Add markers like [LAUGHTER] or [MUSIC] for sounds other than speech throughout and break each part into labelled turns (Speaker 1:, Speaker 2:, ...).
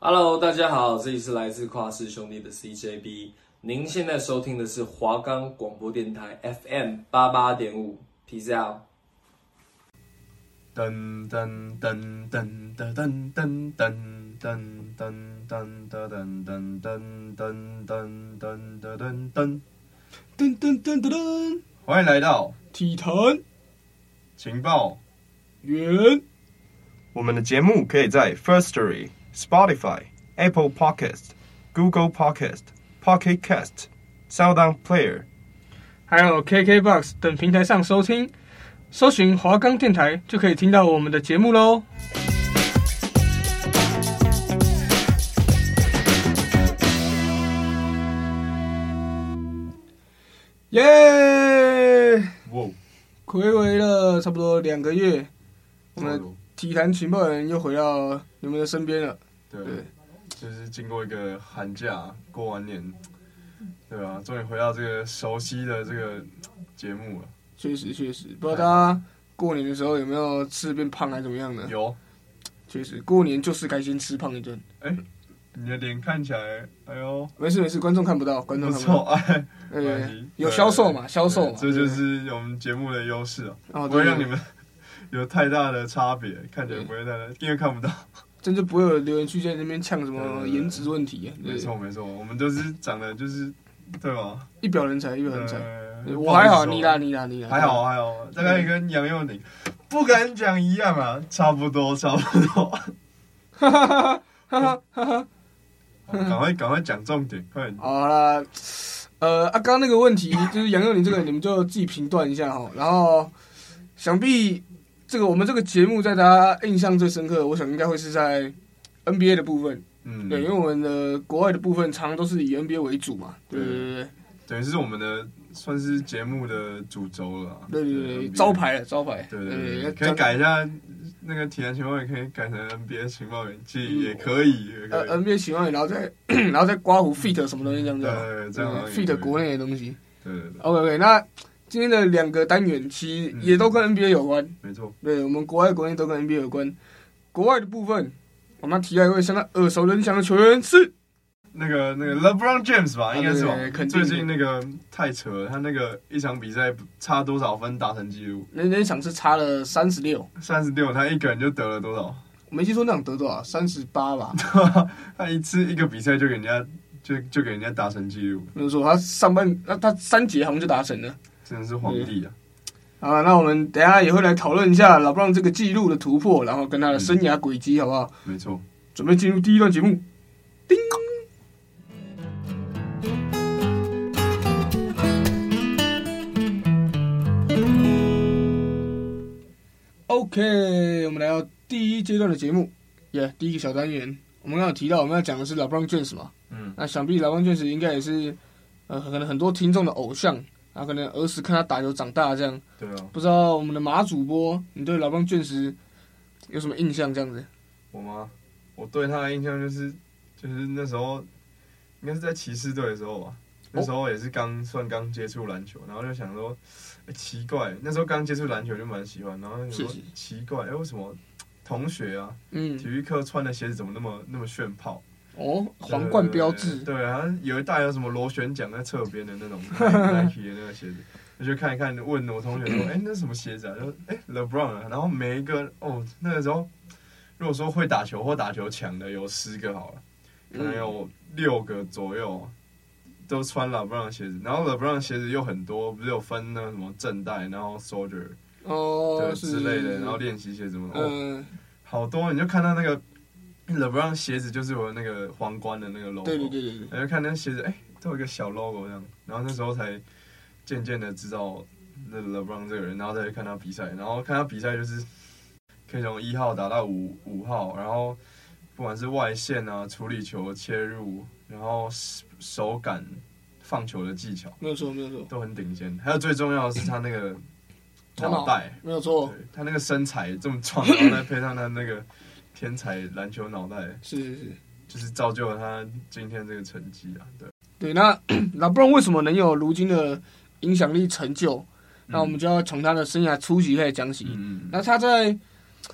Speaker 1: Hello，大家好，这里是来自跨世兄弟的 CJB。您现在收听的是华冈广播电台 FM 八八点五，Peace out。
Speaker 2: 噔噔噔噔噔噔噔噔噔噔噔噔噔噔噔噔噔噔噔噔，
Speaker 3: 噔噔噔噔噔，
Speaker 2: 欢迎来到
Speaker 3: 体坛
Speaker 2: 情报。
Speaker 3: 员
Speaker 2: 我们的节目可以在 First Story、Spotify、Apple Podcast、Google Podcast、Pocket Cast、Sound On Player。
Speaker 3: 还有 KKBox 等平台上收听，搜寻华冈电台就可以听到我们的节目喽。耶！
Speaker 2: 哇，
Speaker 3: 暌违了差不多两个月，我
Speaker 2: 差
Speaker 3: 们
Speaker 2: 不
Speaker 3: 的
Speaker 2: 多
Speaker 3: 体坛情报人又回到你们的身边了。
Speaker 2: 对，啊就是经过一个寒假，过完年，对吧、终于回到这个熟悉的这个节目了。
Speaker 3: 确实确实，不知道大家过年的时候有没有吃得变胖还是怎么样的？
Speaker 2: 有，
Speaker 3: 确实，过年就是该先吃胖一顿。
Speaker 2: 哎，你的脸看起来，哎呦，
Speaker 3: 没事没事，观众看不到，观众
Speaker 2: 不
Speaker 3: 看不到
Speaker 2: 错，。哎，
Speaker 3: 对
Speaker 2: 没
Speaker 3: 对
Speaker 2: 关
Speaker 3: 对
Speaker 2: 系，
Speaker 3: 有销售嘛，
Speaker 2: 对
Speaker 3: 销售嘛，
Speaker 2: 对这就
Speaker 3: 对
Speaker 2: 是我们节目的优势啊，
Speaker 3: 哦，
Speaker 2: 不
Speaker 3: 对
Speaker 2: 会让
Speaker 3: 对
Speaker 2: 你们有太大的差别，看起来不会太大，因为看不到。
Speaker 3: 真就不会有留言区在那边呛什么
Speaker 2: 对对对
Speaker 3: 颜值问题啊，
Speaker 2: 没
Speaker 3: 对，
Speaker 2: 错没错，我们都是长得就是，对吧？
Speaker 3: 一表人才，一表人才。
Speaker 2: 呃
Speaker 3: 对我还
Speaker 2: 不
Speaker 3: 好，
Speaker 2: 意思哦
Speaker 3: 你啦你啦你啦，
Speaker 2: 还好还好，大概跟杨佑宁不敢讲一样啊，差不多差不多。哦赶快赶快讲重点，快点！
Speaker 3: 好啦，呃，啊，刚刚那个问题就是杨佑宁这个，你们就自己评断一下哈。然后，想必这个我们这个节目在大家印象最深刻，我想应该会是在 NBA 的部分，
Speaker 2: 嗯，
Speaker 3: 对，因为我们的国外的部分常常都是以 NBA 为主嘛，对对
Speaker 2: 对
Speaker 3: 对对
Speaker 2: 等于是我们的算是节目的主轴了啊，
Speaker 3: 对对对对，
Speaker 2: NBA
Speaker 3: 招，牌了招牌，
Speaker 2: 对对
Speaker 3: 要
Speaker 2: 对，可以
Speaker 3: 讲
Speaker 2: 改一下那个体坛情报员，可以改成 NBA 情报员，其实
Speaker 3: 嗯
Speaker 2: 也可以，也可
Speaker 3: 呃
Speaker 2: 以
Speaker 3: NBA 喜欢，然后再然后再刮胡 fit 什么东西这样子嘛，
Speaker 2: 对对对这样好像也可以
Speaker 3: fit 国内的东西。
Speaker 2: 对对对，
Speaker 3: OK OK，那今天的两个单元其实也都跟 NBA 有关，
Speaker 2: 没错，
Speaker 3: 对我们国外国内都跟 NBA 有关。国外的部分，我们要提到一位相当耳熟能详的球员是，
Speaker 2: 那个那个 LeBron James 吧，
Speaker 3: 啊
Speaker 2: 应该是吧
Speaker 3: 对对对肯？定
Speaker 2: 最
Speaker 3: 的
Speaker 2: 近那个太扯了，他那个一场比赛差多少分达成记录？
Speaker 3: 那那一场是差了三十六，
Speaker 2: 三十六，他一个人就得了多少？ [LAUGHS]
Speaker 3: 我没记错那场得多少，三十八吧，
Speaker 2: 他一次一个比赛就给人家就就给人家达成记录，
Speaker 3: 没有错，他上半那他三节好像就达成了。
Speaker 2: 真的是皇帝啊！
Speaker 3: 啊，那我们等一下也会来讨论一下老布朗这个记录的突破，然后跟他的生涯轨迹，好不好？
Speaker 2: 没错，
Speaker 3: 准备进入第一段节目，叮。OK，我们来到第一阶段的节目，也、第一个小单元。我们刚刚有提到我们要讲的是老布朗 James 嘛，
Speaker 2: 嗯，
Speaker 3: 那想必老布朗 James 应该也是，呃，可能很多听众的偶像，啊，可能儿时看他打球长大这样。
Speaker 2: 对啊，
Speaker 3: 不知道我们的马主播，你对老布朗 James 有什么印象？这样子？
Speaker 2: 我妈，我对他的印象就是就是那时候应该是在骑士队的时候吧，那
Speaker 3: 哦
Speaker 2: 时候也是刚算刚接触篮球，然后就想说、诶奇怪，那时候刚接触篮球就蛮喜欢，然后就想
Speaker 3: 是
Speaker 2: 说
Speaker 3: 是
Speaker 2: 奇怪，哎、为什么同学啊
Speaker 3: 嗯
Speaker 2: 体，育课穿的鞋子怎么那么那么炫炮？
Speaker 3: 哦，皇冠标
Speaker 2: 对
Speaker 3: 志，
Speaker 2: 对对，好像有一大有什么螺旋桨在侧边的那种 [LAUGHS] Nike 的那个鞋子，我就看一看，问我同学说，哎、那什么鞋子啊？就哎、LeBron 啊，然后每一个哦，那个时候如果说会打球或打球强的有十个好了，可能有六个左右。都穿 LeBron 的鞋子，然后 LeBron 的鞋子又很多，不是有分那个什么正代，然后 Soldier
Speaker 3: 哦
Speaker 2: 对，
Speaker 3: 是
Speaker 2: 之类的，然后，练习鞋什么，哦，
Speaker 3: 嗯，
Speaker 2: 好多，你就看到那个 LeBron 鞋子就是有那个皇冠的那个 logo，
Speaker 3: 对对对对对，
Speaker 2: 然后看那鞋子，哎、都有一个小 logo 这样，然后那时候才渐渐的知道那 LeBron 这个人，然后再去看他比赛，然后看他比赛就是可以从一号打到五五号，然后不管是外线啊、处理球、切入，然后手手感、放球的技巧
Speaker 3: 没有错，没有错，
Speaker 2: 都很顶尖，还有最重要的是他那个
Speaker 3: 头脑
Speaker 2: 脑袋，
Speaker 3: 没有
Speaker 2: 对
Speaker 3: 错，
Speaker 2: 他那个身材这么壮，然后再配上他那个天才篮球脑袋，
Speaker 3: 是是是，
Speaker 2: 就是造就了他今天这个成绩啊，对。
Speaker 3: 对。那 [CLEARS THROAT] 老布朗为什么能有如今的影响力成就？那我们就要从他的生涯初期开始讲起。
Speaker 2: 嗯嗯嗯
Speaker 3: 那他在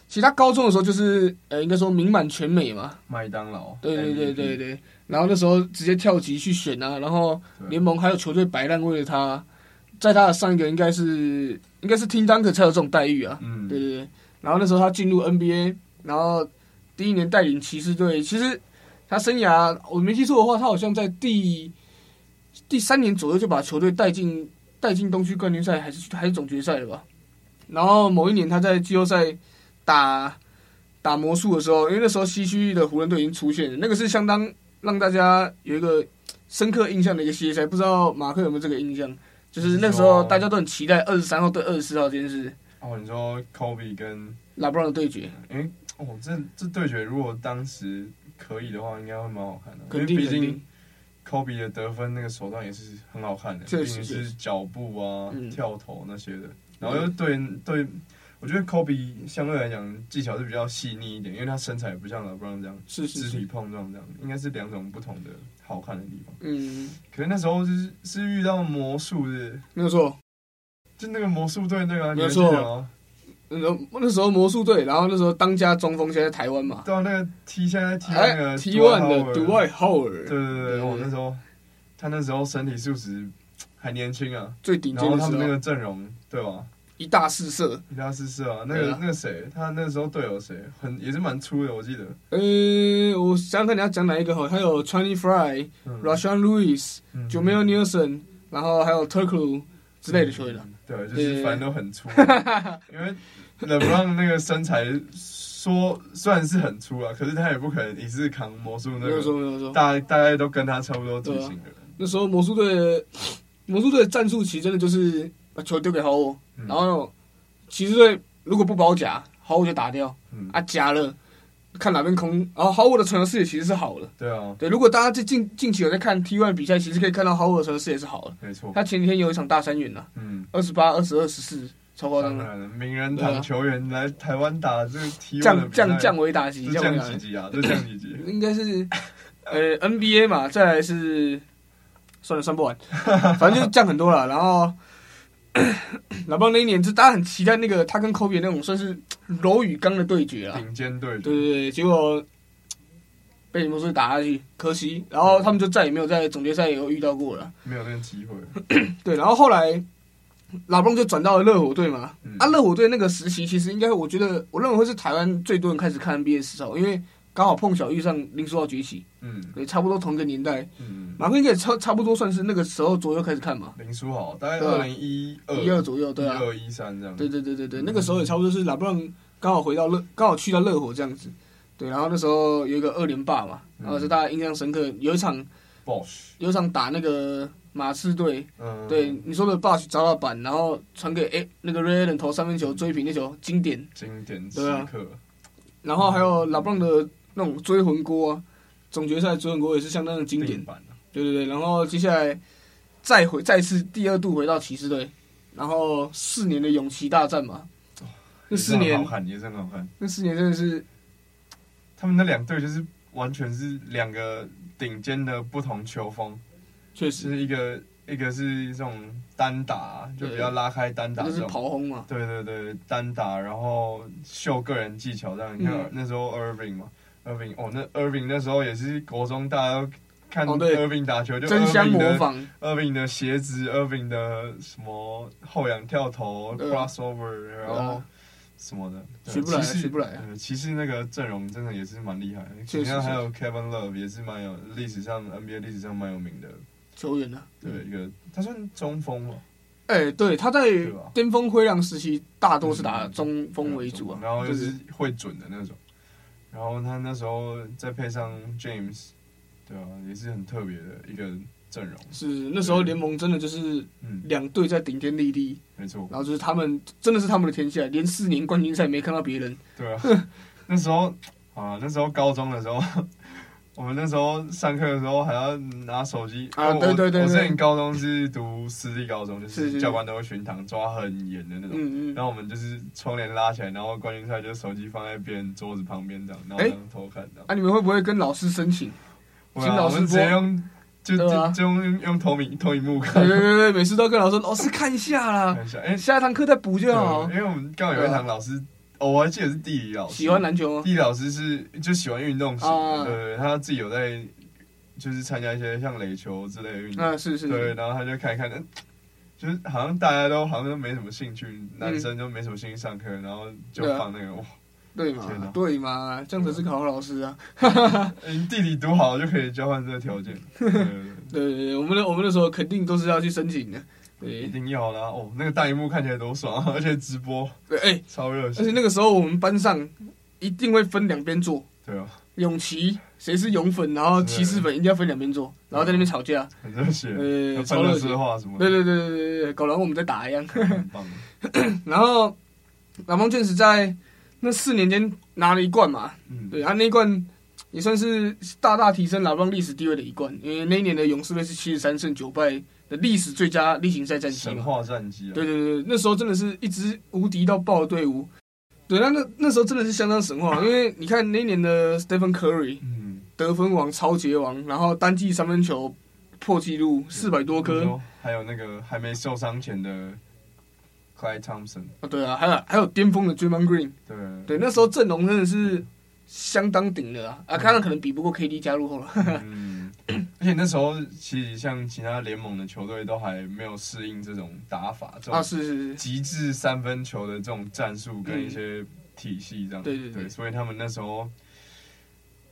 Speaker 3: 其实他高中的时候就是呃，应该说名满全美嘛，
Speaker 2: 麦当劳，
Speaker 3: 对对对
Speaker 2: MVP
Speaker 3: 对，对。然后那时候直接跳级去选啊，然后
Speaker 2: 嗯对
Speaker 3: 联盟还有球队摆烂为了他，在他的上一个应该是应该是听当可才有这种待遇啊，
Speaker 2: 嗯，
Speaker 3: 对对对。然后那时候他进入 NBA，然后第一年带领骑士队，其实他生涯我没记错的话，他好像在第第三年左右就把球队带进带进东区冠军赛，还是还是总决赛了吧。然后某一年他在季后赛打打魔术的时候，因为那时候西区的湖人队已经出现了，那个是相当让大家有一个深刻印象的一个系列赛，不知道马克有没有这个印象？就是那时候大家都很期待二十三号对二十四号这件事。
Speaker 2: 哦，你说 Kobe 跟，
Speaker 3: 拉布朗的对决，
Speaker 2: 因为哦，这这对决如果当时可以的话，应该会蛮好看的，因
Speaker 3: 肯
Speaker 2: 为
Speaker 3: 定
Speaker 2: 毕
Speaker 3: 肯
Speaker 2: 竟
Speaker 3: 定，
Speaker 2: Kobe 的得分那个手段也是很好看的，
Speaker 3: 确
Speaker 2: 毕
Speaker 3: 实
Speaker 2: 竟是脚步啊、
Speaker 3: 嗯
Speaker 2: 跳投那些的，然后又对对，我觉得 Kobe 相对来讲技巧是比较细腻一点，因为他身材也不像 LeBron 这样。
Speaker 3: 是是
Speaker 2: 肢体
Speaker 3: 是，
Speaker 2: 碰撞这样，应该是两种不同的好看的地方。
Speaker 3: 嗯，
Speaker 2: 可是那时候就是是遇到魔术的，
Speaker 3: 没有错。
Speaker 2: 就那个魔术队那个、啊，你
Speaker 3: 没
Speaker 2: 还记
Speaker 3: 错
Speaker 2: 得吗？
Speaker 3: 那时候那时候魔术队，然后那时候当家中锋现在台湾嘛，
Speaker 2: 对啊，那个踢现在踢那
Speaker 3: 哎
Speaker 2: 个
Speaker 3: ，T one 的嗯
Speaker 2: Dwight
Speaker 3: d w i
Speaker 2: Howard
Speaker 3: g h o
Speaker 2: 对
Speaker 3: w
Speaker 2: 对对
Speaker 3: 对
Speaker 2: 对，我那时候他那时候身体素质还年轻啊，
Speaker 3: 最顶
Speaker 2: 然
Speaker 3: 尖
Speaker 2: 后
Speaker 3: 的
Speaker 2: 他
Speaker 3: 时
Speaker 2: 们那
Speaker 3: 候，
Speaker 2: 个阵容对吧？
Speaker 3: 一大四射。
Speaker 2: 伊拉斯是啊，那
Speaker 3: 对
Speaker 2: 个
Speaker 3: 啊
Speaker 2: 那个谁，他那时候队友谁很也是蛮粗的，我记得。
Speaker 3: 呃，我想想看你要讲哪一个好，还有 Twenty Fry、
Speaker 2: 嗯
Speaker 3: Rashan Lewis、
Speaker 2: 嗯
Speaker 3: Jamal Nelson，然后还有 Turkle 之类的球员啊。
Speaker 2: 对，就
Speaker 3: 对
Speaker 2: 是反正都很粗，啊 [LAUGHS] 因为 LeBron 那个身材说虽然是很粗啊，可是他也不可能一次扛魔术那
Speaker 3: 没有错啊
Speaker 2: 个，
Speaker 3: 没有错，
Speaker 2: 大大概都跟他差不多体型的人。
Speaker 3: 那时候魔术队的魔术队的战术其实真的就是把球丢给 h o
Speaker 2: 嗯
Speaker 3: 然后骑士队如果不包夹 h o 就打掉。
Speaker 2: 嗯，
Speaker 3: 啊夹了，看哪边空，然后 Howard 的传球视野其实是好的。
Speaker 2: 对啊，
Speaker 3: 对，如果大家近近近期有在看 T1 比赛，其实可以看到 Howard 的传球视野是好的。
Speaker 2: 没错，
Speaker 3: 他前几天有一场大三元呐、啊，
Speaker 2: 嗯，
Speaker 3: 二十八、二十二、十四，超夸
Speaker 2: 当
Speaker 3: 张的，
Speaker 2: 然了，名人
Speaker 3: 对啊
Speaker 2: 堂球员来台湾打这个 T 1的
Speaker 3: 降
Speaker 2: 比赛
Speaker 3: 降降维打击，
Speaker 2: 是
Speaker 3: 降
Speaker 2: 降
Speaker 3: 维打
Speaker 2: 几
Speaker 3: 击，
Speaker 2: 级啊？这降几级？
Speaker 3: 应该是呃 NBA 嘛，再来是算了
Speaker 2: [LAUGHS]
Speaker 3: 算不完，反正就是降很多了。然后 [COUGHS] 老棒那一年，就大家很期待那个他跟 Kobe 那种算是柔与刚的对决啦。
Speaker 2: 顶尖队
Speaker 3: 啊对对对，结果被魔术队打下去，可惜。然后他们就再也没有在总决赛以后遇到过了。
Speaker 2: 没有那个机会，
Speaker 3: 对，然后后来拉布隆就转到了热火队嘛。
Speaker 2: 嗯
Speaker 3: 啊，热火队那个时期其实应该，我觉得我认为会是台湾最多人开始看 NBA 的时候，因为刚好碰巧遇上林书豪崛起，
Speaker 2: 嗯
Speaker 3: 对，差不多同个年代。
Speaker 2: 嗯，
Speaker 3: 马克应该也差差不多算是那个时候左右开始看嘛，
Speaker 2: 林书豪大概
Speaker 3: 对啊
Speaker 2: 二零一二
Speaker 3: 一二左右，对
Speaker 2: 一
Speaker 3: 啊，
Speaker 2: 二一三这样，
Speaker 3: 对对对对对，那个时候也差不多是拉布朗刚好回到热，刚好去到热火这样子。对，然后那时候有一个二连霸嘛，
Speaker 2: 嗯
Speaker 3: 然后是大家印象深刻。有一场
Speaker 2: ，Bosch，
Speaker 3: 有一场打那个马刺队，
Speaker 2: 嗯，
Speaker 3: 对你说的 Bosh 砸到板，然后传给诶那个 Ray Allen 投三分球追平那球经典，
Speaker 2: 经典时
Speaker 3: 对啊
Speaker 2: 刻。
Speaker 3: 然后还有拉布朗的那种追魂锅、啊，总决赛追魂锅也是相当的经典
Speaker 2: 定。版啊的，
Speaker 3: 对对对，然后接下来再回再次第二度回到骑士队，然后四年的勇骑大战嘛，那四
Speaker 2: 哦也是
Speaker 3: 年
Speaker 2: 很好看，也是很好看。
Speaker 3: 那四年真的是
Speaker 2: 他们那两队就是完全是两个顶尖的不同球风，
Speaker 3: 确实
Speaker 2: 就是一个一个是这种单打，就比较拉开单打
Speaker 3: 就
Speaker 2: 这
Speaker 3: 是
Speaker 2: 种。
Speaker 3: 跑轰嘛，
Speaker 2: 对对对，单打，然后秀个人技巧这样。你看、
Speaker 3: 嗯
Speaker 2: 那时候 Irving 嘛，Irving 哦，那 Irving 那时候也是国中大家都看
Speaker 3: 哦对
Speaker 2: Irving 打球，就
Speaker 3: 争相
Speaker 2: Irving
Speaker 3: 模
Speaker 2: 的
Speaker 3: 仿，
Speaker 2: Irving 的鞋子，Irving 的什么后仰跳投、
Speaker 3: 对啊
Speaker 2: crossover，然
Speaker 3: 对
Speaker 2: 后
Speaker 3: 啊
Speaker 2: 什么的，对
Speaker 3: 学不来
Speaker 2: 骑
Speaker 3: 啊
Speaker 2: 士
Speaker 3: 学不来啊
Speaker 2: 对骑士那个阵容真的也是蛮厉害的，你
Speaker 3: 确实
Speaker 2: 看
Speaker 3: 是
Speaker 2: 还有 Kevin Love 也是蛮有历史上 NBA 历史上蛮有名的，
Speaker 3: 球员呢、
Speaker 2: 对一个他算中锋嘛，
Speaker 3: 哎、对，他在
Speaker 2: 吧
Speaker 3: 巅峰灰狼时期大多是打中锋为主啊，
Speaker 2: 然后又
Speaker 3: 就是
Speaker 2: 是会准的那种，然后他那时候再配上 James，对啊，也是很特别的一个阵容，
Speaker 3: 是那时候联盟真的就是
Speaker 2: 嗯，
Speaker 3: 两队在顶天立地，
Speaker 2: 没错。
Speaker 3: 然后就是他们真的是他们的天下，连四年冠军赛没看到别人，
Speaker 2: 对啊， [LAUGHS] 那时候啊，那时候高中的时候， [LAUGHS] 我们那时候上课的时候还要拿手机
Speaker 3: 啊
Speaker 2: 因为
Speaker 3: 对
Speaker 2: 我
Speaker 3: 对对
Speaker 2: 我之
Speaker 3: 对嗯
Speaker 2: 前高中是读私立高中，就是
Speaker 3: 是
Speaker 2: 是教官都会巡堂抓很严的那种。
Speaker 3: 嗯嗯，
Speaker 2: 然后我们就是窗帘拉起来，然后冠军赛就是手机放在别人桌子旁边这样，然后
Speaker 3: 哎
Speaker 2: 这样偷看这样。
Speaker 3: 啊，你们会不会跟老师
Speaker 2: [LAUGHS]
Speaker 3: 申请？
Speaker 2: 我
Speaker 3: 请老
Speaker 2: 我
Speaker 3: 师
Speaker 2: 们直接
Speaker 3: 播
Speaker 2: 用就
Speaker 3: 对啊
Speaker 2: 就就用用投影投影幕
Speaker 3: 对啊
Speaker 2: 看
Speaker 3: 对对对，每次都跟老师说老师看一下啦，
Speaker 2: 看一下，哎，
Speaker 3: 下一堂课再补就好
Speaker 2: 对。因为我们刚好有一堂老师，哦，我还记得是地理老师，
Speaker 3: 啊喜欢篮球吗？
Speaker 2: 地理老师是就喜欢运动型的，
Speaker 3: 啊
Speaker 2: 对，他自己有在就是参加一些像垒球之类的运
Speaker 3: 啊，
Speaker 2: 动，
Speaker 3: 是是
Speaker 2: 对，
Speaker 3: 是，
Speaker 2: 然后他就看一看，嗯就是好像大家都好像都没什么兴趣，男生都没什么兴趣上课，然后就
Speaker 3: 嗯对啊
Speaker 2: 放那个哇，
Speaker 3: 对
Speaker 2: 天
Speaker 3: 嘛
Speaker 2: 哪，
Speaker 3: 对嘛，这样才是个好老师啊。
Speaker 2: 嗯，地理读好就可以交换这个条
Speaker 3: [LAUGHS]
Speaker 2: 件，对对对
Speaker 3: 对对对，我们那我们那时候肯定都是要去申请的。
Speaker 2: 一
Speaker 3: 对
Speaker 2: 定要啦！哦，那个大荧幕看起来多爽， [LAUGHS] 而且直播
Speaker 3: 对，哎，
Speaker 2: 超热血，
Speaker 3: 而且那个时候我们班上一定会分两边坐，
Speaker 2: 对啊，
Speaker 3: 永琪谁是永粉，然后骑士粉一定要分两边坐，然后在那边吵架。
Speaker 2: 很热血，
Speaker 3: 对
Speaker 2: 要
Speaker 3: 超
Speaker 2: 喷
Speaker 3: 热
Speaker 2: 热
Speaker 3: 血
Speaker 2: 色话什么
Speaker 3: 呃对
Speaker 2: 的，
Speaker 3: 对对对对对，搞得我们在打一样。
Speaker 2: 很
Speaker 3: [LAUGHS]
Speaker 2: 棒。
Speaker 3: 然后蓝方确实在那四年间拿了一冠嘛，
Speaker 2: 嗯，
Speaker 3: 对，他那一冠也算是大大提升蓝方历史地位的一冠，因为那一年的勇士队是七十三胜九败的历史最佳例行赛战绩
Speaker 2: 神
Speaker 3: 嘛。
Speaker 2: 话战机啊，
Speaker 3: 对对对，对那时候真的是一支无敌到爆的队伍。对，那那那时候真的是相当神话，因为你看那一年的 Stephen Curry
Speaker 2: 嗯，
Speaker 3: 得分王、超级王，然后单季三分球破纪录四百多颗
Speaker 2: 你说还有那个还没受伤前的 Clay Thompson，
Speaker 3: 啊，对啊，还有还有巅峰的 Draymond Green，
Speaker 2: 对啊
Speaker 3: 对，那时候阵容真的是相当顶的啊！啊，当然可能比不过 KD 加入后了。
Speaker 2: 嗯，而且那时候其实像其他联盟的球队都还没有适应这种打法，这
Speaker 3: 啊，
Speaker 2: 种
Speaker 3: 是是是，
Speaker 2: 极致三分球的这种战术跟
Speaker 3: 嗯
Speaker 2: 一些体系这样，
Speaker 3: 对对对
Speaker 2: 所以他们那时候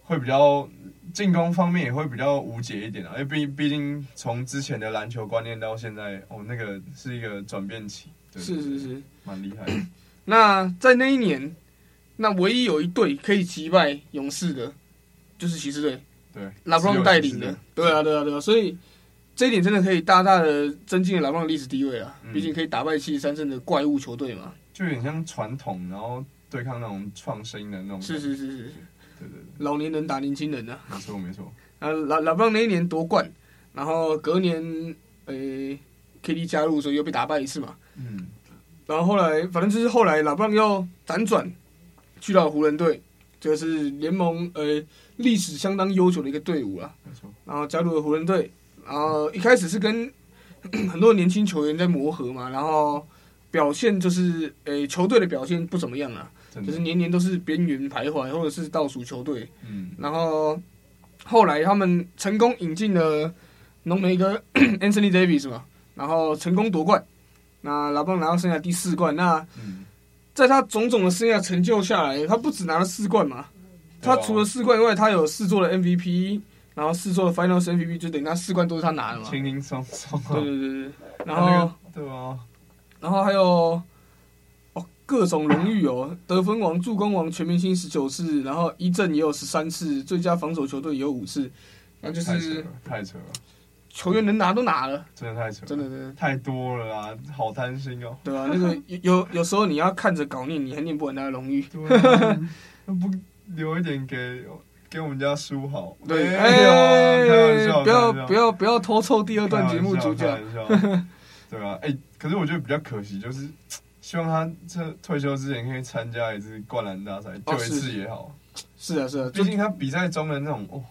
Speaker 2: 会比较进攻方面也会比较无解一点啊，因为毕毕竟从之前的篮球观念到现在，哦，那个是一个转变期，对
Speaker 3: 是是，是。
Speaker 2: 蛮厉害
Speaker 3: [CLEARS THROAT]
Speaker 2: 的，
Speaker 3: 那在那一年，那唯一有一队可以击败勇士的，就是骑士队，
Speaker 2: 对，
Speaker 3: 拉布
Speaker 2: 只
Speaker 3: 朗
Speaker 2: 有
Speaker 3: 带
Speaker 2: 骑士
Speaker 3: 领的
Speaker 2: 队。
Speaker 3: 对啊，对啊，对啊，所以这一点真的可以大大的增进了拉布朗的历史地位啊！
Speaker 2: 嗯
Speaker 3: 毕竟可以打败七十三胜的怪物球队嘛。
Speaker 2: 就有点像传统，然后对抗那种创新的那种，
Speaker 3: 是是是是，
Speaker 2: 对对对，
Speaker 3: 老年人打年轻人啊！
Speaker 2: 没错没错，
Speaker 3: 啊，拉拉布朗那一年夺冠，然后隔年，呃，KD 加入，所以又被打败一次嘛。
Speaker 2: 嗯，
Speaker 3: 然后后来，反正就是后来拉布朗又辗转去到湖人队，这个是联盟呃历史相当悠久的一个队伍啊。
Speaker 2: 没错，
Speaker 3: 然后加入了湖人队，然后一开始是跟 [COUGHS] 很多年轻球员在磨合嘛，然后表现就是呃球队的表现不怎么样啊，
Speaker 2: 真
Speaker 3: 就是
Speaker 2: 的，
Speaker 3: 年年都是边缘徘徊或者是倒数球队。
Speaker 2: 嗯，
Speaker 3: 然后后来他们成功引进了浓眉哥 [COUGHS] Anthony Davis 嘛，然后成功夺冠。那拉布朗拿到生涯第四冠，那
Speaker 2: 嗯，
Speaker 3: 在他种种的生涯成就下来，他不只拿了四冠嘛，
Speaker 2: 对啊
Speaker 3: 他除了四冠以外，他有四座的 MVP，然后四座的 Finals MVP，就等于他四冠都是他拿的嘛。
Speaker 2: 轻轻松松啊，
Speaker 3: 对对对对，
Speaker 2: 他
Speaker 3: 然
Speaker 2: 那
Speaker 3: 后
Speaker 2: 个对啊，
Speaker 3: 然后还有哦各种荣誉哦，得分王、助攻王、全明星十九次，然后一阵也有十三次，最佳防守球队也有五次，那就
Speaker 2: 太扯
Speaker 3: 是
Speaker 2: 了，太扯了，
Speaker 3: 球员能拿都拿了，
Speaker 2: 真的太扯了，
Speaker 3: 真的真的。
Speaker 2: 太多了啦，好贪心
Speaker 3: [LAUGHS]
Speaker 2: 哦，
Speaker 3: 对啊，
Speaker 2: [LAUGHS]
Speaker 3: 那个有有有时候你要看着搞念，你还念不完他的荣誉。
Speaker 2: 对啊，那不留一点给给我们家书豪，
Speaker 3: 对，哎
Speaker 2: 没有啊，开玩笑，
Speaker 3: 不要
Speaker 2: 开玩笑
Speaker 3: 不要不要偷凑第二段节目主角
Speaker 2: 开。玩笑，开玩笑对啊，哎、可是我觉得比较可惜，就是希望他这退休之前可以参加一次灌篮大赛，就一次也好。
Speaker 3: 是啊哦是啊，
Speaker 2: 毕
Speaker 3: 就
Speaker 2: 竟他比赛中的那种哦，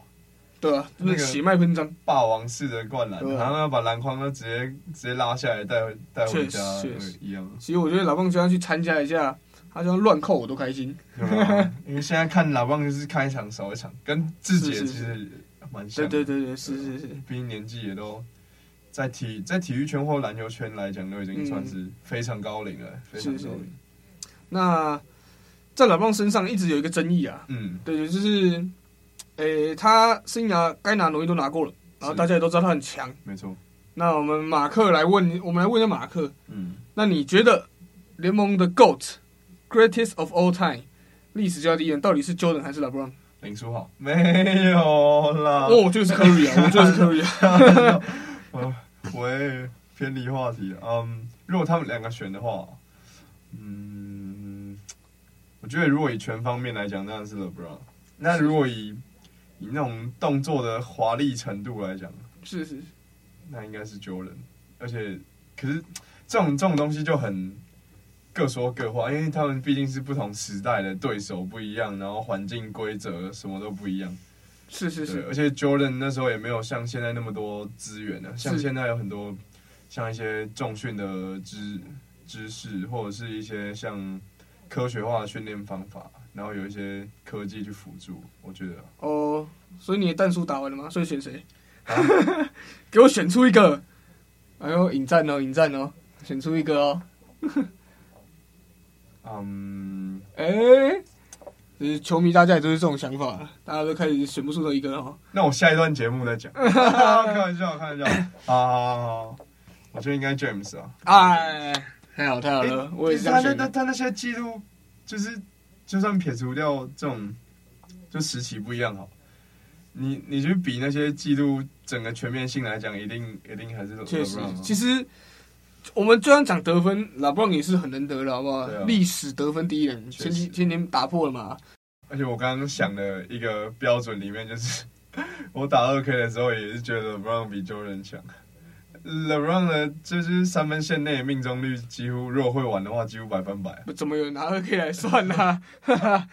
Speaker 3: 对啊，就
Speaker 2: 那
Speaker 3: 是
Speaker 2: 个
Speaker 3: 血脉喷张，
Speaker 2: 霸王式的灌篮，
Speaker 3: 对啊
Speaker 2: 然后要把篮筐都直接直接拉下来带回带回家，
Speaker 3: 确实
Speaker 2: 对一样。
Speaker 3: 其实我觉得老棒就要去参加一下，他就要乱扣我都开心。
Speaker 2: [LAUGHS] 对啊因为现在看老棒就是看一场少一场，跟志杰其
Speaker 3: 是是是
Speaker 2: 实蛮像
Speaker 3: 对
Speaker 2: 的。
Speaker 3: 对对对，是是是，
Speaker 2: 毕竟年纪也都在体在体育圈或篮球圈来讲，都已经算是非常高龄了，非常
Speaker 3: 是是
Speaker 2: 高龄。
Speaker 3: 那在老棒身上一直有一个争议啊，
Speaker 2: 嗯，
Speaker 3: 对对，就是，诶、他生涯该拿荣誉都拿过了，然后
Speaker 2: 是
Speaker 3: 大家也都知道他很强。
Speaker 2: 没错。
Speaker 3: 那我们马克来问，我们来问一下马克，
Speaker 2: 嗯，
Speaker 3: 那你觉得联盟的 GOAT greatest of all time 历史最佳第一人到底是 Jordan 还是 LeBron？、
Speaker 2: 林书豪没有啦。
Speaker 3: 哦，我觉得是 Curry 啊，我觉得是 Curry 啊。 [LAUGHS]
Speaker 2: 我喂，偏离话题。嗯，如果他们两个选的话，嗯，我觉得如果以全方面来讲，当然是 LeBron。那如果以以那种动作的华丽程度来讲，
Speaker 3: 是是，
Speaker 2: 那应该是 Jordan。而且，可是这种这种东西就很各说各话，因为他们毕竟是不同时代的对手不一样，然后环境规则什么都不一样。
Speaker 3: 是是
Speaker 2: 对，
Speaker 3: 是，
Speaker 2: 而且 Jordan 那时候也没有像现在那么多资源呢、像
Speaker 3: 是
Speaker 2: 现在有很多像一些重训的知知识，或者是一些像科学化的训练方法，然后有一些科技去辅助，我觉得啊
Speaker 3: 哦，所以你的弹数打完了吗？所以选谁？ [LAUGHS] 给我选出一个。哎呦，引战哦，引战哦，选出一个哦。
Speaker 2: 嗯，
Speaker 3: 哎、就是球迷大家也都是这种想法了，大家都开始选不出的一个了哦。
Speaker 2: 那我下一段节目再讲。开玩笑，开玩笑。好好好好，我觉得应该 James 啊。
Speaker 3: 哎，太好太好
Speaker 2: 诶
Speaker 3: 了，我也是这
Speaker 2: 哎他
Speaker 3: 样
Speaker 2: 那
Speaker 3: 选
Speaker 2: 那
Speaker 3: 的。
Speaker 2: 他那些记录，就是就算撇除掉这种，就时期不一样好，你你去比那些记录，整个全面性来讲，一定一定还是
Speaker 3: 确实
Speaker 2: LeBron 啊，
Speaker 3: 其实我们就算讲得分，拉布朗也是很难得的，好不好
Speaker 2: 对啊？
Speaker 3: 历、史得分第一人，
Speaker 2: 确
Speaker 3: 前
Speaker 2: 实
Speaker 3: 几前年打破了嘛。
Speaker 2: 而且我刚刚想的一个标准里面，就是 [LAUGHS] 我打二 K 的时候也是觉得 LeBron 比 Jordan 强。LeBron 的就是三分线内的命中率几乎，如果会玩的话，几乎百分百。
Speaker 3: 怎么有人拿二 K 来算呢、啊？ [LAUGHS]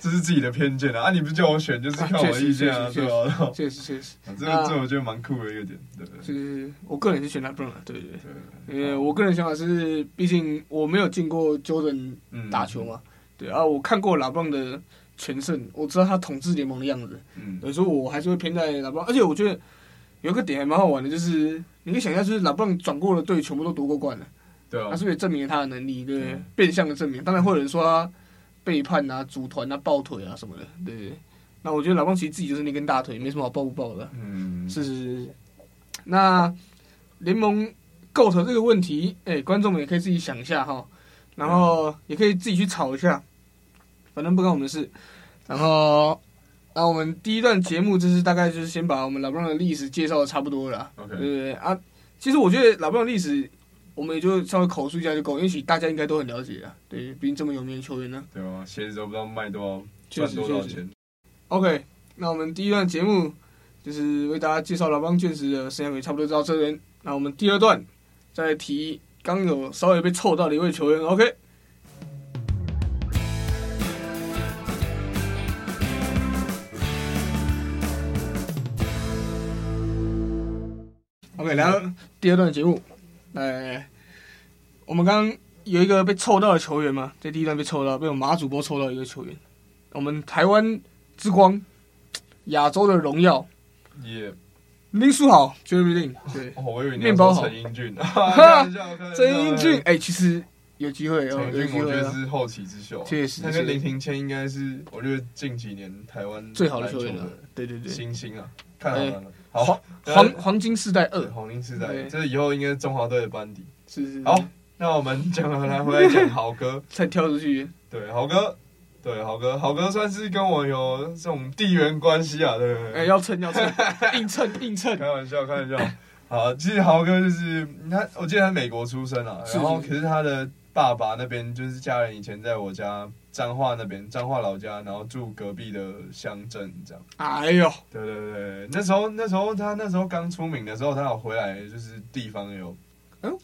Speaker 2: 这是自己的偏见啊！啊，你不叫我选，就是看我的意见啊，
Speaker 3: 啊确
Speaker 2: 对
Speaker 3: 实
Speaker 2: 吧、啊？
Speaker 3: 确实确实，
Speaker 2: 这
Speaker 3: 那
Speaker 2: 这我觉得蛮酷的一个点，对不对？
Speaker 3: 就是我个人是选拉布朗的，对对
Speaker 2: 对
Speaker 3: 对。因为呃我个人想法是，毕竟我没有进过 Jordan
Speaker 2: 嗯
Speaker 3: 打球，嘛，对啊，我看过拉布朗的全盛，我知道他统治联盟的样子。
Speaker 2: 嗯，
Speaker 3: 有时候我还是会偏在拉布朗，而且我觉得有一个点还蛮好玩的，就是你可以想一下，就是拉布朗转过的队全部都夺过冠了，
Speaker 2: 对啊
Speaker 3: 他，是不是也证明了他的能力，对不对
Speaker 2: 嗯？
Speaker 3: 变相的证明。当然会有人说他背叛啊、组团啊、抱腿啊什么的，对不对？那我觉得拉布朗其实自己就是那根大腿，没什么好抱不抱的。
Speaker 2: 嗯，
Speaker 3: 是是是是。那联盟构成这个问题，哎、观众们也可以自己想一下哈，然后也可以自己去吵一下，反正不关我们的事。然后，那我们第一段节目就是大概就是先把我们老布朗的历史介绍的差不多了啦
Speaker 2: OK
Speaker 3: 对不对啊？其实我觉得老布朗的历史。我们也就稍微口述一下就够，也许大家应该都很了解啊。对，毕竟这么有名的球员呢、
Speaker 2: 对吧？鞋子都不知道卖多少，
Speaker 3: 确
Speaker 2: 赚
Speaker 3: 实
Speaker 2: 多
Speaker 3: 确
Speaker 2: 少
Speaker 3: 实。
Speaker 2: 钱，
Speaker 3: OK，那我们第一段节目就是为大家介绍老邦卷石的生涯，也差不多到这边。那我们第二段再提刚有稍微被凑到的一位球员。OK，OK，然后第二段节目，哎，我们刚刚有一个被凑到的球员嘛，在第一段被凑到，被我们马主播凑到一个球员，我们台湾之光，亚洲的荣耀，
Speaker 2: 也
Speaker 3: 林书豪 j e r e m y Lin，对，
Speaker 2: 哦，我以为你
Speaker 3: 面
Speaker 2: 要
Speaker 3: 包
Speaker 2: 说
Speaker 3: 好
Speaker 2: 陈英俊，啊
Speaker 3: [LAUGHS]
Speaker 2: 开玩笑
Speaker 3: 曾英俊，，
Speaker 2: 开玩笑
Speaker 3: 哎、其实有机会哦，
Speaker 2: 陈
Speaker 3: 有
Speaker 2: 英
Speaker 3: 机
Speaker 2: 俊我
Speaker 3: 会
Speaker 2: 觉得
Speaker 3: 啊，
Speaker 2: 是后起之秀啊，
Speaker 3: 确实
Speaker 2: 他
Speaker 3: 确
Speaker 2: 跟
Speaker 3: 实
Speaker 2: 林庭谦应该是我觉得近几年台湾
Speaker 3: 最好的
Speaker 2: 篮
Speaker 3: 球员了
Speaker 2: 的，
Speaker 3: 对对对，
Speaker 2: 新星啊，太好玩了，好
Speaker 3: 黄黄黄金世代
Speaker 2: 对
Speaker 3: 二，
Speaker 2: 黄金时
Speaker 3: 对
Speaker 2: 代，这以后应该是中华队的班底。
Speaker 3: 是是，
Speaker 2: 好，那我们讲完了，回来讲豪哥。 [LAUGHS]
Speaker 3: 再跳出去，
Speaker 2: 对，豪哥，对，豪哥，豪哥算是跟我有这种地缘关系啊，对不
Speaker 3: 哎、
Speaker 2: 对？
Speaker 3: 要蹭要蹭，硬蹭硬蹭，
Speaker 2: 开玩笑，开玩笑。 [LAUGHS] 好，其实豪哥就是他，我记得他美国出生啊，
Speaker 3: 是
Speaker 2: 然后
Speaker 3: 是
Speaker 2: 可是他的爸爸那边就是家人以前在我家彰化那边，彰化老家，然后住隔壁的乡镇这样。
Speaker 3: 哎呦，
Speaker 2: 对对对，那时候那时候他那时候刚出名的时候，他有回来就是地方有
Speaker 3: 哎呦，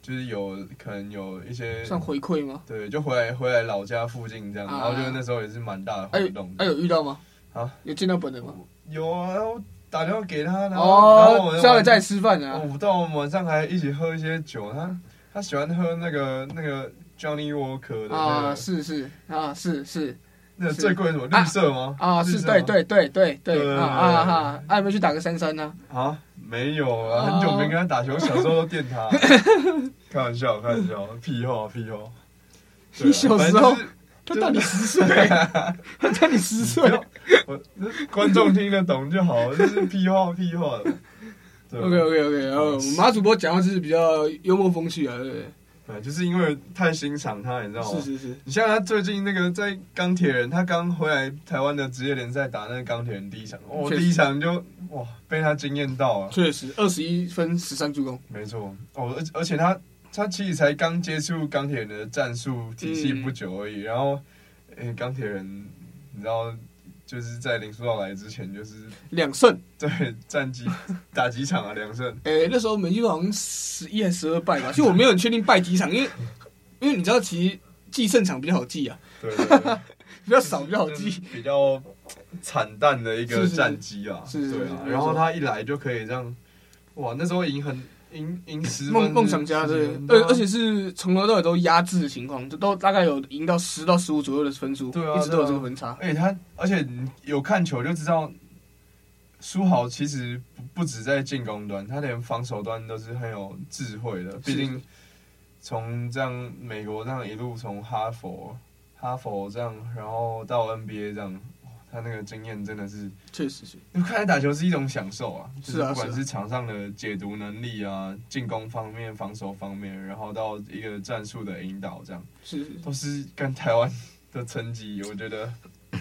Speaker 2: 就是有可能有一些
Speaker 3: 算回馈吗？
Speaker 2: 对，就回来回来老家附近这样，然
Speaker 3: 啊
Speaker 2: 后就那时候也是蛮大的
Speaker 3: 哎、
Speaker 2: 活动。
Speaker 3: 哎、有遇到吗？
Speaker 2: 啊，
Speaker 3: 有见到本人吗？
Speaker 2: 有啊，我打电话给他，然后、然后我
Speaker 3: 哦，
Speaker 2: 们
Speaker 3: 下来再吃饭啊，
Speaker 2: 我到我们晚上还一起喝一些酒，他他喜欢喝那个那个 Johnny Walker 的那个，
Speaker 3: 啊，是是啊，是是
Speaker 2: 那个
Speaker 3: 是
Speaker 2: 最贵的什么
Speaker 3: 啊
Speaker 2: 绿色吗？
Speaker 3: 啊，
Speaker 2: 绿
Speaker 3: 是
Speaker 2: 色
Speaker 3: 对
Speaker 2: 吗
Speaker 3: 对对对对
Speaker 2: 对
Speaker 3: 啊啊哈，啊，有没有去打个三三呢？
Speaker 2: 啊，没有啊，
Speaker 3: 啊
Speaker 2: 很久没跟他打
Speaker 3: [LAUGHS]
Speaker 2: 球，小时候都电他，开玩笑开玩笑，屁话屁话。对啊
Speaker 3: 你小时候
Speaker 2: 反正
Speaker 3: 他
Speaker 2: 就是
Speaker 3: 大你十岁，他大你十岁
Speaker 2: 不。要我观众听得懂就好，就是屁话屁话的。对啊吧
Speaker 3: OK OK OK，然后
Speaker 2: 嗯
Speaker 3: 我们马主播讲话就是比较幽默风趣啊，对不对？
Speaker 2: 对，就是因为太欣赏他，你知道吗？
Speaker 3: 是是是，
Speaker 2: 你像他最近那个在钢铁人，他刚回来台湾的职业联赛打那个钢铁人第一场，我、
Speaker 3: 确实
Speaker 2: 第一场就哇被他惊艳到啊！
Speaker 3: 确实二十一分十三助攻，
Speaker 2: 没错，哦，而而且他他其实才刚接触钢铁人的战术体系不久而
Speaker 3: 嗯
Speaker 2: 已，然后诶钢铁人，你知道就是在林书豪来之前，就是
Speaker 3: 两胜。
Speaker 2: 对战
Speaker 3: [LAUGHS]
Speaker 2: 绩打几场啊两胜，
Speaker 3: 诶、那时候美记好像十一还是十二败吧，其实我没有很确定败几
Speaker 2: [LAUGHS]
Speaker 3: 场，因为因为你知道，其实记胜场比较好记啊，
Speaker 2: 对对对。
Speaker 3: 比较少比较好
Speaker 2: 就是
Speaker 3: 记。
Speaker 2: 比较惨淡的一个
Speaker 3: 是是
Speaker 2: 战绩啊，
Speaker 3: 是是
Speaker 2: 对
Speaker 3: 是
Speaker 2: 啊。
Speaker 3: 是
Speaker 2: 然后他一来就可以这样，哇，那时候赢很，赢赢十分
Speaker 3: 梦梦想家
Speaker 2: 是
Speaker 3: 对
Speaker 2: 很，多
Speaker 3: 而
Speaker 2: 啊
Speaker 3: 而且是从头到尾都压制的情况，就都大概有赢到十到十五左右的分数，
Speaker 2: 对啊
Speaker 3: 一直都有
Speaker 2: 对啊
Speaker 3: 这个分差。
Speaker 2: 而且他，而且你有看球就知道，苏豪其实不不止在进攻端，他连防守端都是很有智慧的。毕竟从这样美国这样一路从哈佛、哈佛这样，然后到 NBA 这样，哇他那个经验真的是，
Speaker 3: 确实是，
Speaker 2: 就看他打球是一种享受啊。就是
Speaker 3: 啊
Speaker 2: 不管
Speaker 3: 是啊
Speaker 2: 是场上的解读能力啊，进攻方面、防守方面，然后到一个战术的引导这样。
Speaker 3: 是是。
Speaker 2: 都是跟台湾的成绩，我觉得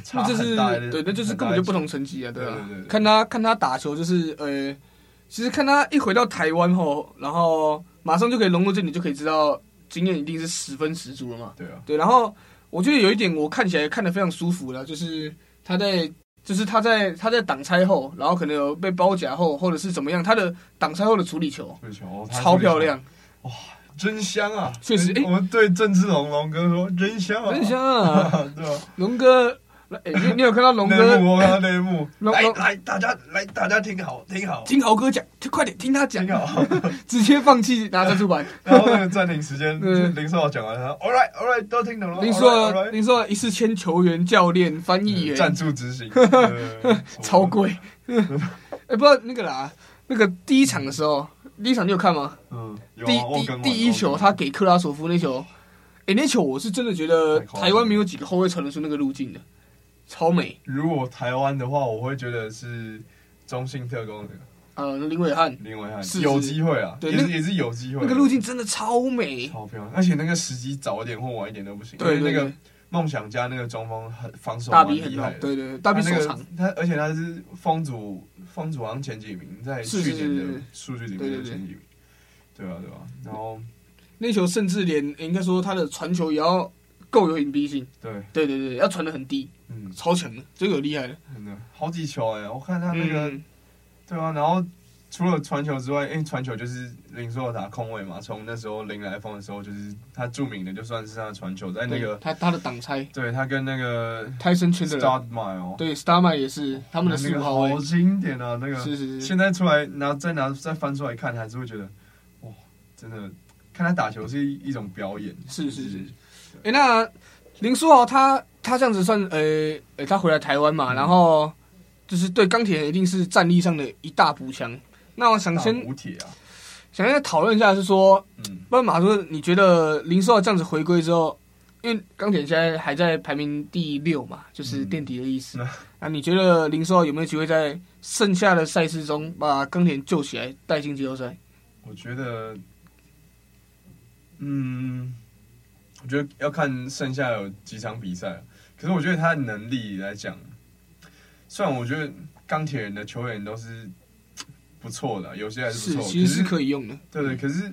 Speaker 2: 差
Speaker 3: [LAUGHS] 那这是
Speaker 2: 很大的
Speaker 3: 对，那就是根本就不。同层级啊，对啊
Speaker 2: 对对对对
Speaker 3: 看他看他打球，就是呃，其实看他一回到台湾后，然后马上就可以融入这里，就可以知道经验一定是十分十足了嘛。
Speaker 2: 对啊，
Speaker 3: 对，然后我觉得有一点我看起来看得非常舒服了，就是他在就是他在他在挡拆后，然后可能有被包夹后，或者是怎么样，他的挡拆后的处理球
Speaker 2: 对球哦他
Speaker 3: 超
Speaker 2: 这个球
Speaker 3: 漂亮，
Speaker 2: 真香啊！
Speaker 3: 确实
Speaker 2: 真
Speaker 3: 诶
Speaker 2: 我们对郑志龙龙哥说真香啊，
Speaker 3: 很像啊，
Speaker 2: [LAUGHS] 对吧？
Speaker 3: 龙哥。哎、你你有看
Speaker 2: [LAUGHS]
Speaker 3: 到龙
Speaker 2: 内
Speaker 3: 哥
Speaker 2: 幕，我看到内幕，
Speaker 3: [LAUGHS] 龙
Speaker 2: 来
Speaker 3: 龙
Speaker 2: 来，大家来，大家听好，听好，
Speaker 3: 听豪哥讲，快点听他讲
Speaker 2: 听，好。 [LAUGHS]
Speaker 3: 直接放弃拿珍珠板。
Speaker 2: 然后那个暂停时
Speaker 3: [LAUGHS]
Speaker 2: 间，
Speaker 3: 嗯
Speaker 2: 林书豪讲完，他说 All right, All right，都听懂了。
Speaker 3: 您
Speaker 2: all
Speaker 3: 说
Speaker 2: right, all right
Speaker 3: 您说一次签球员、教练、翻译
Speaker 2: 嗯
Speaker 3: 员
Speaker 2: 赞，助 [LAUGHS] 执行，对
Speaker 3: 超。贵。 [LAUGHS] 哎，不知道那个啦，那个第一场的时候，第一场你有看吗？
Speaker 2: 嗯，有啊
Speaker 3: 第
Speaker 2: 我有跟
Speaker 3: 第
Speaker 2: 完
Speaker 3: 第一球
Speaker 2: 我有跟
Speaker 3: 他给克拉索夫那球，哎，那球我是真的觉得
Speaker 2: 太夸张了
Speaker 3: 台湾没有几个后卫传得出那个路径的，超美。
Speaker 2: 如果台湾的话，我会觉得是中信特工的
Speaker 3: 呃，林伟汉
Speaker 2: 林伟汉
Speaker 3: 是
Speaker 2: 有机会啊，
Speaker 3: 对
Speaker 2: 也
Speaker 3: 那
Speaker 2: 是
Speaker 3: 个
Speaker 2: 也是有机会。
Speaker 3: 那个路径真的超美，
Speaker 2: 超漂亮，而且那个时机早一点或晚一点都不行。
Speaker 3: 对
Speaker 2: 因为
Speaker 3: 对
Speaker 2: 那个
Speaker 3: 对，
Speaker 2: 梦想家那个中锋很防守
Speaker 3: 大
Speaker 2: 蛮
Speaker 3: 臂很
Speaker 2: 厉
Speaker 3: long，
Speaker 2: 害的，
Speaker 3: 对对对，大臂
Speaker 2: 他
Speaker 3: 手
Speaker 2: 那个
Speaker 3: 长，
Speaker 2: 他而且他是风组风组好像前几名，在
Speaker 3: 是
Speaker 2: 去
Speaker 3: 是
Speaker 2: 年
Speaker 3: 是
Speaker 2: 的数据里
Speaker 3: 对
Speaker 2: 面的
Speaker 3: 对对
Speaker 2: 前几名。对啊，对啊，然后
Speaker 3: 那球甚至连应该说他的传球也要够有隐蔽性，
Speaker 2: 对，
Speaker 3: 对对对，要传得很低，
Speaker 2: 嗯，
Speaker 3: 超强的，这个厉害的。
Speaker 2: 真的好几球哎、我看他那个，
Speaker 3: 嗯
Speaker 2: 对啊，然后除了传球之外，因为传球就是林书豪打空位嘛，从那时候林来疯的时候，就是他著名的就算是他的传球，在那个
Speaker 3: 他他的挡拆，
Speaker 2: 对他跟那个
Speaker 3: 泰森圈
Speaker 2: s
Speaker 3: 的人
Speaker 2: t a r t m i l e
Speaker 3: 对 Starman 也是他们的四
Speaker 2: 那
Speaker 3: 五
Speaker 2: 个
Speaker 3: 号位
Speaker 2: 好，经典啊，那个
Speaker 3: 是是是，
Speaker 2: 现在出来拿再拿再翻出来看，还是会觉得哇，真的看他打球是一一种表演，
Speaker 3: 是是，
Speaker 2: 就是
Speaker 3: 哎、那林书豪他他这样子算，呃、诶他回来台湾
Speaker 2: 嗯
Speaker 3: 嘛，然后就是对钢铁人一定是战力上的一大补强。那我想
Speaker 2: 大
Speaker 3: 先
Speaker 2: 补铁啊，
Speaker 3: 想先讨论一下，是说，
Speaker 2: 嗯，
Speaker 3: 不然马哥，你觉得林书豪这样子回归之后，因为钢铁人现在还在排名第六嘛，就是
Speaker 2: 嗯
Speaker 3: 垫底的意思。
Speaker 2: 那
Speaker 3: 那你觉得林书豪有没有机会在剩下的赛事中把钢铁人救起来，带进季后赛？
Speaker 2: 我觉得，嗯，我觉得要看剩下有几场比赛，可是我觉得他的能力来讲，虽然我觉得钢铁人的球员都是不错的，有些还是
Speaker 3: 是，
Speaker 2: 不错，
Speaker 3: 其实是
Speaker 2: 可是
Speaker 3: 可以用的。
Speaker 2: 对对，可是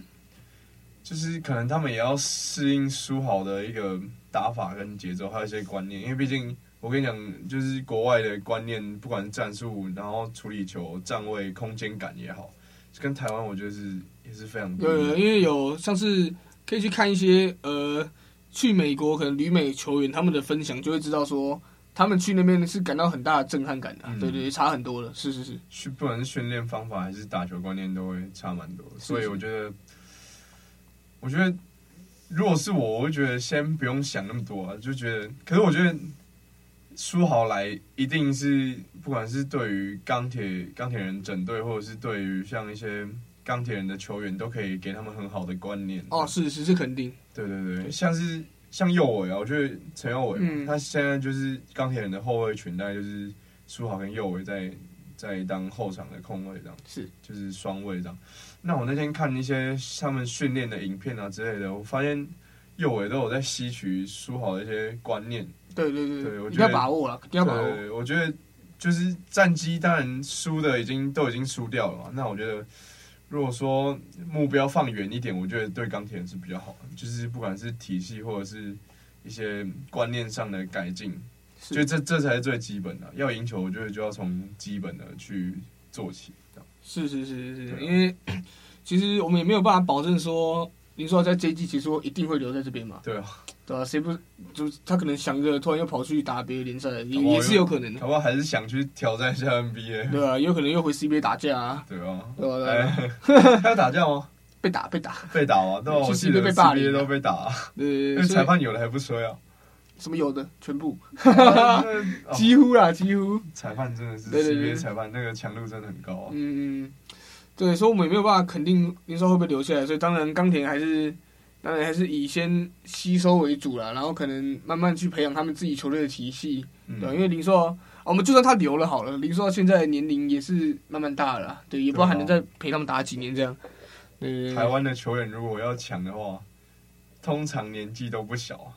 Speaker 2: 就是可能他们也要适应苏豪的一个打法跟节奏，还有一些观念，因为毕竟我跟你讲，就是国外的观念，不管是战术，然后处理球、站位、空间感也好，跟台湾我觉得是也是非常不
Speaker 3: 对，
Speaker 2: 一样。
Speaker 3: 因为有上次可以去看一些呃，去美国可能旅美球员他们的分享，就会知道说他们去那边是感到很大的震撼感的、啊
Speaker 2: 嗯
Speaker 3: 对对对，差很多了，是是是，
Speaker 2: 训不管是训练方法还是打球观念都会差蛮多，所以我觉得，我觉得如果是我，我会觉得先不用想那么多啊，就觉得，可是我觉得苏豪来一定是不管是对于钢铁钢铁人整队，或者是对于像一些钢铁人的球员，都可以给他们很好的观念。
Speaker 3: 哦，是是是肯定，
Speaker 2: 对对对，像是像右伟啊，我觉得陈右伟嘛，
Speaker 3: 嗯
Speaker 2: 他现在就是钢铁人的后卫群，大概就是苏豪跟右伟在在当后场的控卫这样，
Speaker 3: 是
Speaker 2: 就是双卫这样。那我那天看一些他们训练的影片啊之类的，我发现右伟都有在吸取苏豪的一些观念。
Speaker 3: 对对对，
Speaker 2: 对我
Speaker 3: 一
Speaker 2: 觉得
Speaker 3: 定要把握了，肯定要把
Speaker 2: 对
Speaker 3: 握，
Speaker 2: 对，我觉得就是战绩当然输的已经都已经输掉了嘛，那我觉得。如果说目标放远一点，我觉得对钢铁人是比较好的，就是不管是体系或者是一些观念上的改进，
Speaker 3: 是
Speaker 2: 就这这才是最基本的。啊要赢球，我觉得就要从基本的去做起。这样
Speaker 3: 是是是是是，
Speaker 2: 对啊
Speaker 3: 因为 [COUGHS] 其实我们也没有办法保证说林书豪在这一季结束一定会留在这边嘛，
Speaker 2: 对啊，
Speaker 3: 对吧、谁不就他可能想着突然又跑去打别的联赛，也
Speaker 2: 搞不好
Speaker 3: 也是
Speaker 2: 哦又
Speaker 3: 有可能的，
Speaker 2: 搞不好还是想去挑战一下 NBA，
Speaker 3: 对啊，也有可能又回 CBA 打架啊，
Speaker 2: 对吧？
Speaker 3: 对吧、啊对吧、
Speaker 2: 哎，
Speaker 3: [LAUGHS]
Speaker 2: 他有打架吗？
Speaker 3: 被打被打，
Speaker 2: 被打吗？那我
Speaker 3: 去
Speaker 2: 记得
Speaker 3: CBA 被霸
Speaker 2: CBA
Speaker 3: 凌啊
Speaker 2: 都被打啊，
Speaker 3: 对
Speaker 2: 那
Speaker 3: 对，所
Speaker 2: 裁
Speaker 3: 以
Speaker 2: 判有的还不吹
Speaker 3: [LAUGHS]
Speaker 2: 啊，
Speaker 3: 什么有的全部，
Speaker 2: 哦
Speaker 3: 几乎啦，几乎，
Speaker 2: 裁判真的是
Speaker 3: 对对
Speaker 2: CBA
Speaker 3: 对
Speaker 2: 裁判那个强度真的很高啊，
Speaker 3: 嗯，对，所以我们也没有办法肯定林书豪会不会留下来，所以当然钢铁还是，当然还是以先吸收为主啦，然后可能慢慢去培养他们自己球队的体系，
Speaker 2: 嗯
Speaker 3: 对，因为林书豪，啊我们就算他留了好了，林书豪现在年龄也是慢慢大了啦，对，也不知道还能再陪他们打几年这样。对对对
Speaker 2: 啊台湾的球员如果要强的话，通常年纪都不小啊。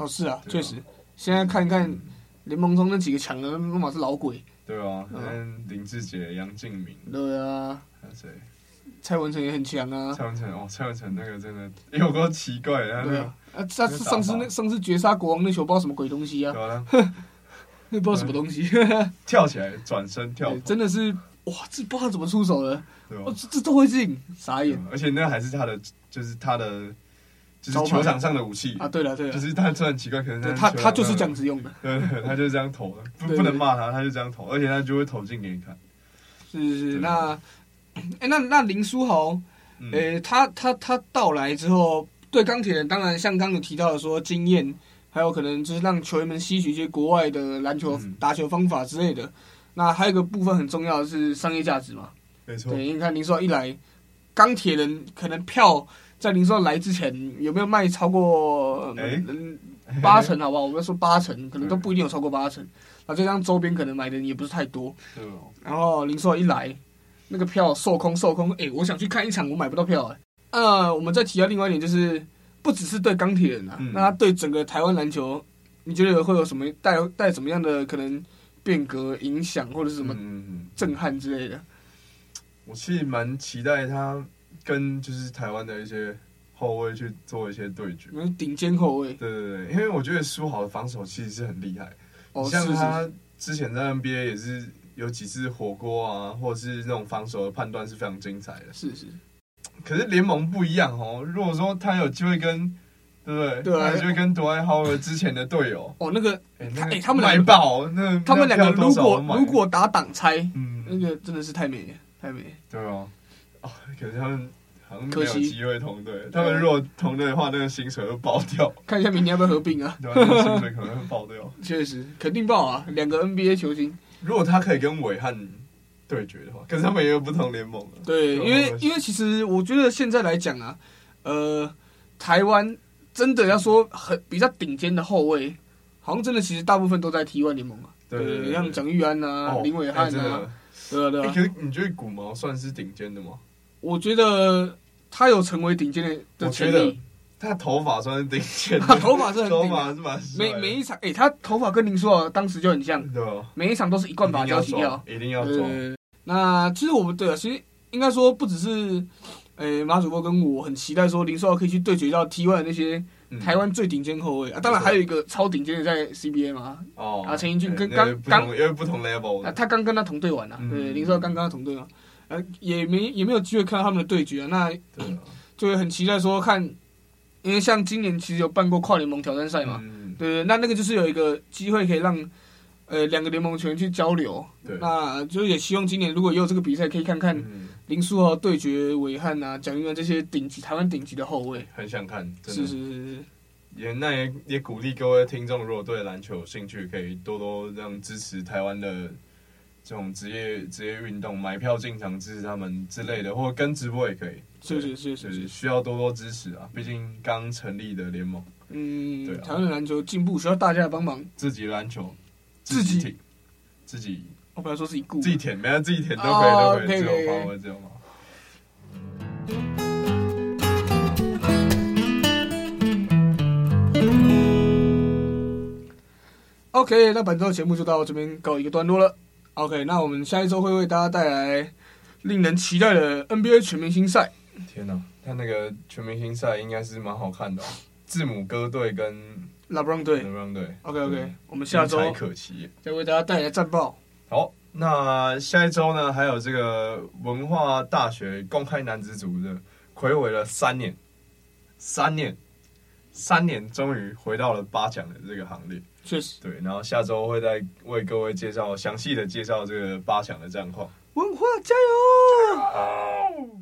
Speaker 3: 哦是啊，
Speaker 2: 对啊
Speaker 3: 确实，现在看一看联盟中那几个强的，他妈是老鬼，
Speaker 2: 对啊，
Speaker 3: 嗯
Speaker 2: 跟林志杰、杨敬明，
Speaker 3: 对啊，
Speaker 2: 还有谁？
Speaker 3: 蔡文成也很强啊，
Speaker 2: 蔡文成哦，蔡文成那个真的有够奇怪的，他那
Speaker 3: 对
Speaker 2: 个
Speaker 3: 啊，啊上次上次那上次绝杀国王那球不知道什么鬼东西啊
Speaker 2: 对，吧？他
Speaker 3: 那不知道什么东西，
Speaker 2: 跳起来转身跳
Speaker 3: [LAUGHS] 对
Speaker 2: 投，
Speaker 3: 真的是哇，这不知道他怎么出手的，
Speaker 2: 对啊
Speaker 3: 哦
Speaker 2: 吧？
Speaker 3: 这这都会进，傻
Speaker 2: 对
Speaker 3: 眼
Speaker 2: 吧而且那还是他的，就是他的，就是
Speaker 3: 招牌
Speaker 2: 球场上的武器
Speaker 3: 啊！，对了对
Speaker 2: 就
Speaker 3: 了，
Speaker 2: 是他虽然奇怪，可是
Speaker 3: 对
Speaker 2: 他
Speaker 3: 他
Speaker 2: 球呃场
Speaker 3: 他就
Speaker 2: 上
Speaker 3: 是这
Speaker 2: 的
Speaker 3: 样，子用的，
Speaker 2: 对 [LAUGHS] 对，对他就是这样投的，不
Speaker 3: 对
Speaker 2: 不
Speaker 3: 对
Speaker 2: 能骂他，他就这样投，而且他就会投进给你看。
Speaker 3: 是是是，
Speaker 2: 对
Speaker 3: 那哎那那林书豪。
Speaker 2: 嗯，
Speaker 3: 呃、他他他到来之后，对钢铁人当然像刚有提到的说经验，还有可能就是让球员们吸取一些国外的篮球
Speaker 2: 嗯
Speaker 3: 打球方法之类的。那还有一个部分很重要的是商业价值嘛，
Speaker 2: 没错，
Speaker 3: 对，因为你看林书豪一来，钢铁人可能票在林书豪来之前有没有卖超过、
Speaker 2: 哎
Speaker 3: 嗯 [LAUGHS] 八成，好不好？我们要说八成，可能都不一定有超过八成。那这张周边可能买的人也不是太多，
Speaker 2: 对吧？
Speaker 3: 然后林书豪一来，那个票售空售空，诶，我想去看一场，我买不到票、诶。那我们再提到另外一点，就是不只是对钢铁人啊，
Speaker 2: 嗯
Speaker 3: 那他对整个台湾篮球，你觉得会有什么带带什么样的可能变革、影响，或者是什
Speaker 2: 嗯
Speaker 3: 么
Speaker 2: 嗯嗯。
Speaker 3: 震撼之类的？
Speaker 2: 我其实蛮期待他跟就是台湾的一些后卫去做一些对决
Speaker 3: 你。们顶尖后卫
Speaker 2: 对对对，因为我觉得苏豪的防守其实是很厉害，
Speaker 3: 哦，
Speaker 2: 像
Speaker 3: 是是
Speaker 2: 他
Speaker 3: 是，
Speaker 2: 之前在 NBA 也是有几次火锅啊，或者是那种防守的判断是非常精彩的。
Speaker 3: 是是，
Speaker 2: 可是联盟不一样哦，如果说他有机会跟，对不对？
Speaker 3: 对啊
Speaker 2: 他有机会跟多埃豪尔之前的队友，
Speaker 3: 哦，那个
Speaker 2: 哎、
Speaker 3: 他
Speaker 2: 那个
Speaker 3: 哎他们两
Speaker 2: 卖
Speaker 3: 个
Speaker 2: 爆，那
Speaker 3: 他们两个
Speaker 2: 那票
Speaker 3: 如
Speaker 2: 多少
Speaker 3: 果
Speaker 2: 我买
Speaker 3: 如果打挡拆，那
Speaker 2: 嗯，
Speaker 3: 个真的是太美了，太美了。
Speaker 2: 对哦，哦，可是他们。好像没
Speaker 3: 可
Speaker 2: 有
Speaker 3: 惜
Speaker 2: 机会同队，他们如果同队的话，那个薪水会爆掉。
Speaker 3: 看一下明年要不要合并啊？
Speaker 2: [LAUGHS] 对吧？那薪水可能会爆掉。
Speaker 3: 确实，肯定爆啊！两个 NBA 球星。
Speaker 2: [LAUGHS] 如果他可以跟伟汉对决的话，可是他们也有不同联盟啊了。
Speaker 3: 对，
Speaker 2: 对
Speaker 3: 因为
Speaker 2: 哦我
Speaker 3: 因为其实我觉得现在来讲啊，呃，台湾真的要说很比较顶尖的后卫，好像真的其实大部分都在 T1 联盟啊。
Speaker 2: 对对对，
Speaker 3: 像蒋玉安啊、
Speaker 2: 哦
Speaker 3: 林伟汉
Speaker 2: 哎真
Speaker 3: 啊，
Speaker 2: 的
Speaker 3: 对啊对
Speaker 2: 哎
Speaker 3: 啊
Speaker 2: 可。是你觉得古毛算是顶尖的吗？
Speaker 3: 我觉得他有成为顶尖的的
Speaker 2: 我
Speaker 3: 潜
Speaker 2: 觉
Speaker 3: 力
Speaker 2: 得，他头发算是顶尖的，
Speaker 3: [LAUGHS] 头发是很
Speaker 2: 头
Speaker 3: 顶的。
Speaker 2: 发是蛮帅
Speaker 3: 每
Speaker 2: 的
Speaker 3: 每一场，哎、他头发跟林书豪当时就很像，
Speaker 2: 对吧？
Speaker 3: 每一场都是一贯把交替掉。
Speaker 2: 一定要装，一定要装。
Speaker 3: 呃，那其实我们对啊，其实应该说不只是，诶、马主播跟我很期待说林书豪可以去对决到 T1 的那些
Speaker 2: 嗯
Speaker 3: 台湾最顶尖后卫、啊，当然还有一个超顶尖的在 CBA 嘛，
Speaker 2: 哦，
Speaker 3: 啊陈英俊
Speaker 2: 哎
Speaker 3: 跟
Speaker 2: 那个
Speaker 3: 刚
Speaker 2: 不同
Speaker 3: 刚
Speaker 2: 因为不同 level
Speaker 3: 啊，
Speaker 2: 的，
Speaker 3: 他刚跟他同队完啊，
Speaker 2: 嗯
Speaker 3: 对，林书豪刚跟他同队嘛，呃，也没也没有机会看到他们的对决啊，那
Speaker 2: 对啊
Speaker 3: 就会很期待说看，因为像今年其实有办过跨联盟挑战赛嘛，
Speaker 2: 嗯，
Speaker 3: 对对，那那个就是有一个机会可以让呃两个联盟球员去交流，
Speaker 2: 对，
Speaker 3: 那就是也希望今年如果也有这个比赛，可以看看。
Speaker 2: 嗯
Speaker 3: 林书豪对决韦翰啊、蒋玉安这些顶级台湾顶级的后卫，
Speaker 2: 很想看，真的
Speaker 3: 是是是是，
Speaker 2: 也那也也鼓励各位听众，如果对篮球有兴趣，可以多多让支持台湾的这种职业职业运动，买票进场支持他们之类的，或者跟直播也可以。
Speaker 3: 是是是
Speaker 2: 就是是
Speaker 3: 是，
Speaker 2: 需要多多支持啊！毕竟刚成立的联盟，
Speaker 3: 嗯
Speaker 2: 对，啊
Speaker 3: 台湾的篮球进步需要大家的帮忙，
Speaker 2: 自己篮球
Speaker 3: 自己
Speaker 2: 己挺，自己
Speaker 3: 我本来说自己顾，
Speaker 2: 自己舔，没有自己舔都可以，都
Speaker 3: 哦
Speaker 2: 可以，
Speaker 3: 可以
Speaker 2: 只
Speaker 3: 可以
Speaker 2: 有发
Speaker 3: 可
Speaker 2: 挥，只有发挥。
Speaker 3: OK，那本周的节目就到这边告一个段落了。OK，那我们下一周会为大家带来令人期待的 NBA 全明星赛。
Speaker 2: 天哪、他那个全明星赛应该是蛮好看的、哦，字母哥队跟
Speaker 3: LeBron 队
Speaker 2: 能让队
Speaker 3: OK OK，我
Speaker 2: 对嗯精
Speaker 3: 们下周
Speaker 2: 彩可期。
Speaker 3: 再为大家带来战报。
Speaker 2: 好，那下一周呢，还有这个文化大学公开男子组的，暌违了三年，三年，三年终于回到了八强的这个行列。
Speaker 3: 确实，
Speaker 2: 对，然后下周会再为各位介绍详细的介绍这个八强的战况。
Speaker 3: 文化加油！
Speaker 2: 哦